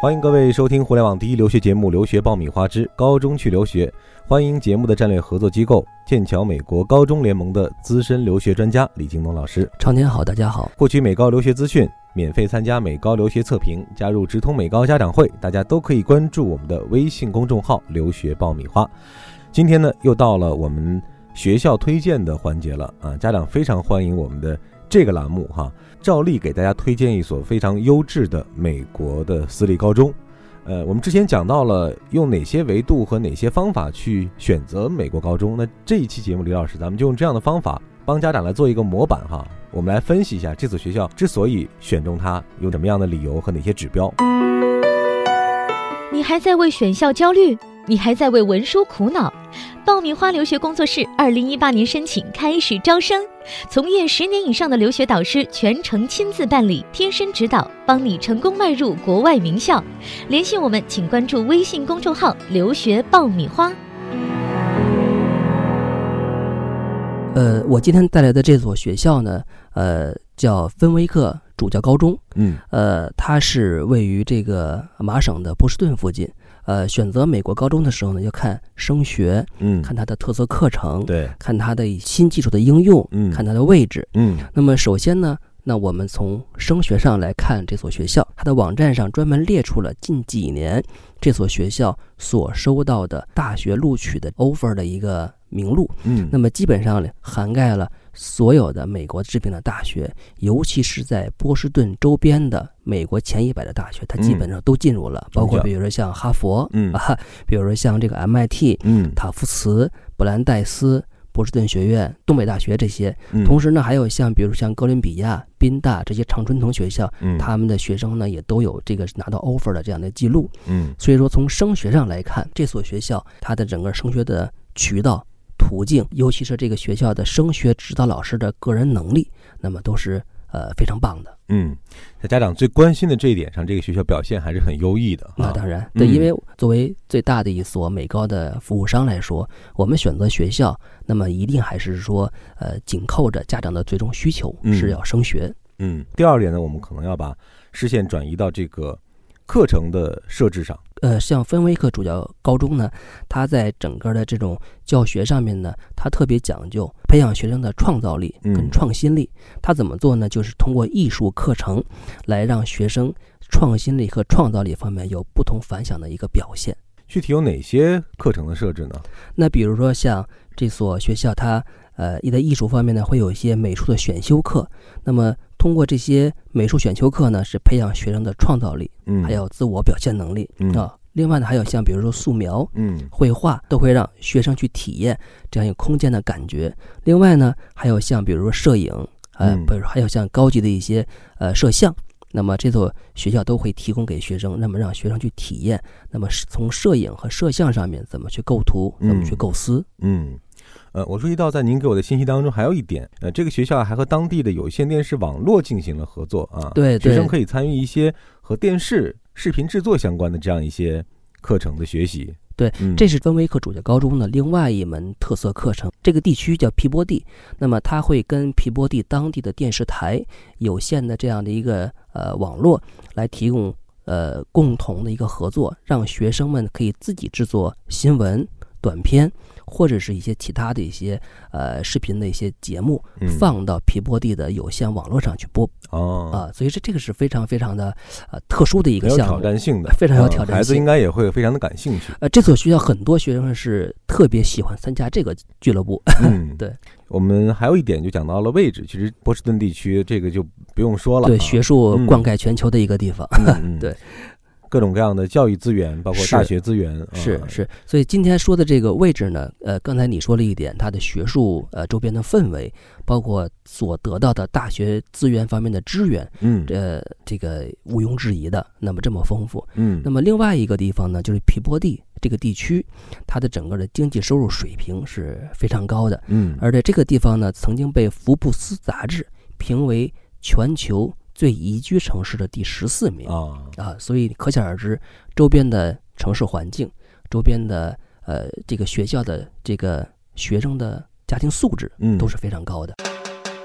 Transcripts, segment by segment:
欢迎各位收听互联网第一留学节目《留学爆米花之高中去留学》，欢迎节目的战略合作机构剑桥美国高中联盟的资深留学专家李京东老师。常天好，大家好。获取美高留学资讯，免费参加美高留学测评，加入直通美高家长会，大家都可以关注我们的微信公众号“留学爆米花”。今天呢，又到了我们学校推荐的环节了啊！家长非常欢迎我们的这个栏目哈，照例给大家推荐一所非常优质的美国的私立高中。呃，我们之前讲到了用哪些维度和哪些方法去选择美国高中，那这一期节目，李老师，咱们就用这样的方法帮家长来做一个模板哈。我们来分析一下这所学校之所以选中它，有什么样的理由和哪些指标。你还在为选校焦虑？你还在为文书苦恼？爆米花留学工作室二零一八年申请开始招生，从业十年以上的留学导师全程亲自办理，贴身指导，帮你成功迈入国外名校。联系我们，请关注微信公众号“留学爆米花呃，我今天带来的这所学校呢，呃，叫芬威克主教高中。嗯呃，它是位于这个麻省的波士顿附近。呃，选择美国高中的时候呢，要看升学，嗯，看它的特色课程，对，看它的新技术的应用，嗯看它的位置。嗯那么首先呢，那我们从升学上来看这所学校，它的网站上专门列出了近几年这所学校所收到的大学录取的 offer 的一个名录。嗯，那么基本上呢，涵盖了所有的美国知名的大学，尤其是在波士顿周边的美国前一百的大学，它基嗯本上都进入了，包括叫比如说像哈佛，嗯啊，比如说像这个 MIT、嗯塔夫茨、布兰戴斯、波士顿学院、东北大学这些。嗯，同时呢，还有像比如像哥伦比亚、宾大这些常春藤学校，嗯他们的学生呢也都有这个拿到 offer 的这样的记录。嗯所以说，从升学上来看，这所学校它的整个升学的渠道、途径，尤其是这个学校的升学指导老师的个人能力，那么都是呃非常棒的。嗯，在家长最关心的这一点上，这个学校表现还是很优异的啊。那当然，嗯对，因为作为最大的一所美高的服务商来说，我们选择学校，那么一定还是说呃紧扣着家长的最终需求嗯是要升学。嗯，第二点呢，我们可能要把视线转移到这个课程的设置上。呃，像芬威克主教高中呢，它在整个的这种教学上面呢，它特别讲究培养学生的创造力嗯跟创新力。它怎么做呢？就是通过艺术课程来让学生创新力和创造力方面有不同凡响的一个表现。具体有哪些课程的设置呢？那比如说像这所学校它，呃，在艺术方面呢，会有一些美术的选修课。那么通过这些美术选修课呢，是培养学生的创造力，嗯，还有自我表现能力、嗯啊。另外呢，还有像比如说素描，嗯绘画都会让学生去体验这样一个空间的感觉。另外呢，还有像比如说摄影，呃，嗯比如还有像高级的一些呃摄像，那么这所学校都会提供给学生，那么让学生去体验，那么是从摄影和摄像上面怎么去构图，怎么去嗯构思。嗯，呃，我注意到在您给我的信息当中还有一点，呃，这个学校还和当地的有线电视网络进行了合作啊，对学生对可以参与一些和电视视频制作相关的这样一些课程的学习。对嗯，这是芬威克主教高中的另外一门特色课程。这个地区叫皮波地，那么它会跟皮波地当地的电视台有线的这样的一个呃网络来提供呃共同的一个合作，让学生们可以自己制作新闻、短片或者是一些其他的一些呃视频的一些节目，嗯放到皮波地的有线网络上去播哦啊、所以说这个是非常非常的呃特殊的一个很有项挑目。战性的，非常有呃挑战孩子性应该也会非常的感兴 趣。呃，这所学校很多学生是特别喜欢参加这个俱 乐部。嗯，对。我们还有一点就讲到了位置，其实波士顿地区这个就不用说了啊，对，学术嗯灌溉全球的一个地方。嗯，嗯 对，各种各样的教育资源，包括是大学资源，啊是是，所以今天说的这个位置呢，呃，刚才你说了一点，它的学术呃周边的氛围，包括所得到的大学资源方面的支援，嗯这这个毋庸置疑的。那么这么丰富，嗯，那么另外一个地方呢，就是皮波地这个地区，它的整个的经济收入水平是非常高的。嗯而且这个地方呢，曾经被福布斯杂志评为全球最宜居城市的第十四名啊啊，所以可想而知，周边的城市环境、周边的呃这个学校的这个学生的家庭素质嗯都是非常高的。”，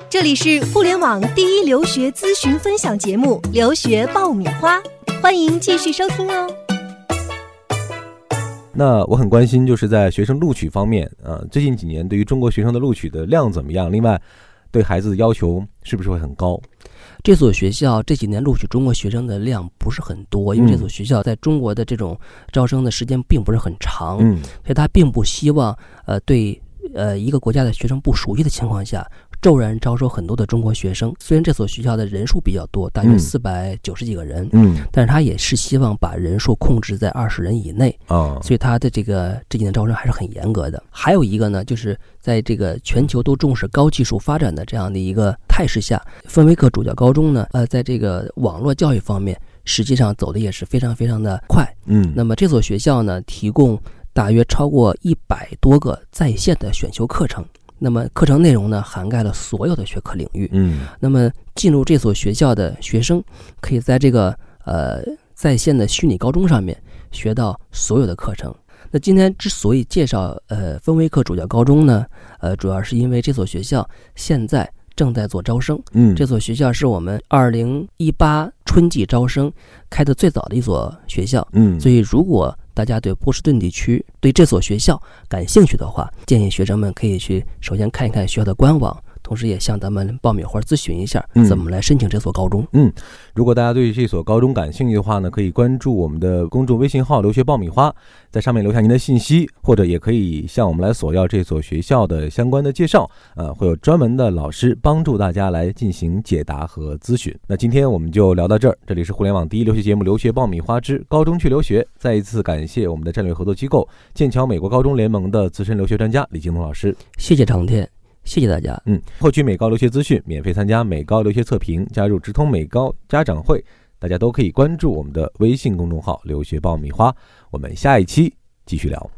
这里是互联网第一留学咨询分享节目《留学爆米花》，欢迎继续收听哦。那我很关心，就是在学生录取方面啊，最近几年对于中国学生的录取的量怎么样？另外，对孩子的要求是不是会很高？这所学校这几年录取中国学生的量不是很多，因为嗯这所学校在中国的这种招生的时间并不是很长，嗯所以他并不希望呃对呃一个国家的学生不熟悉的情况下，骤然招收很多的中国学生。虽然这所学校的人数比较多，大约嗯四百九十几个人，嗯但是他也是希望把人数控制在二十人以内，啊，所以他的这个这几年招生还是很严格的。还有一个呢，就是在这个全球都重视高技术发展的这样的一个态势下，氛围课主教高中呢，呃，在这个网络教育方面，实际上走的也是非常非常的快。嗯那么这所学校呢，提供大约超过一百多个在线的选修课程。那么课程内容呢，涵盖了所有的学科领域。嗯那么进入这所学校的学生，可以在这个呃在线的虚拟高中上面学到所有的课程。那今天之所以介绍呃分威克主教高中呢，呃，主要是因为这所学校现在正在做招生，嗯，这所学校是我们二零一八春季招生开的最早的一所学校。嗯所以，如果大家对波士顿地区对这所学校感兴趣的话，建议学生们可以去首先看一看学校的官网，同时也向咱们爆米花咨询一下嗯怎么来申请这所高中。如果大家对这所高中感兴趣的话呢，可以关注我们的公众微信号“留学爆米花”，在上面留下您的信息，或者也可以向我们来索要这所学校的相关的介绍，呃，会有专门的老师帮助大家来进行解答和咨询。那今天我们就聊到这儿，这里是互联网第一留学节目《留学爆米花之高中去留学》，再一次感谢我们的战略合作机构剑桥美国高中联盟的资深留学专家李京东老师。谢谢长天，谢谢大家。嗯，获取美高留学资讯，免费参加美高留学测评，加入直通美高家长会，大家都可以关注我们的微信公众号“留学爆米花”。我们下一期继续聊。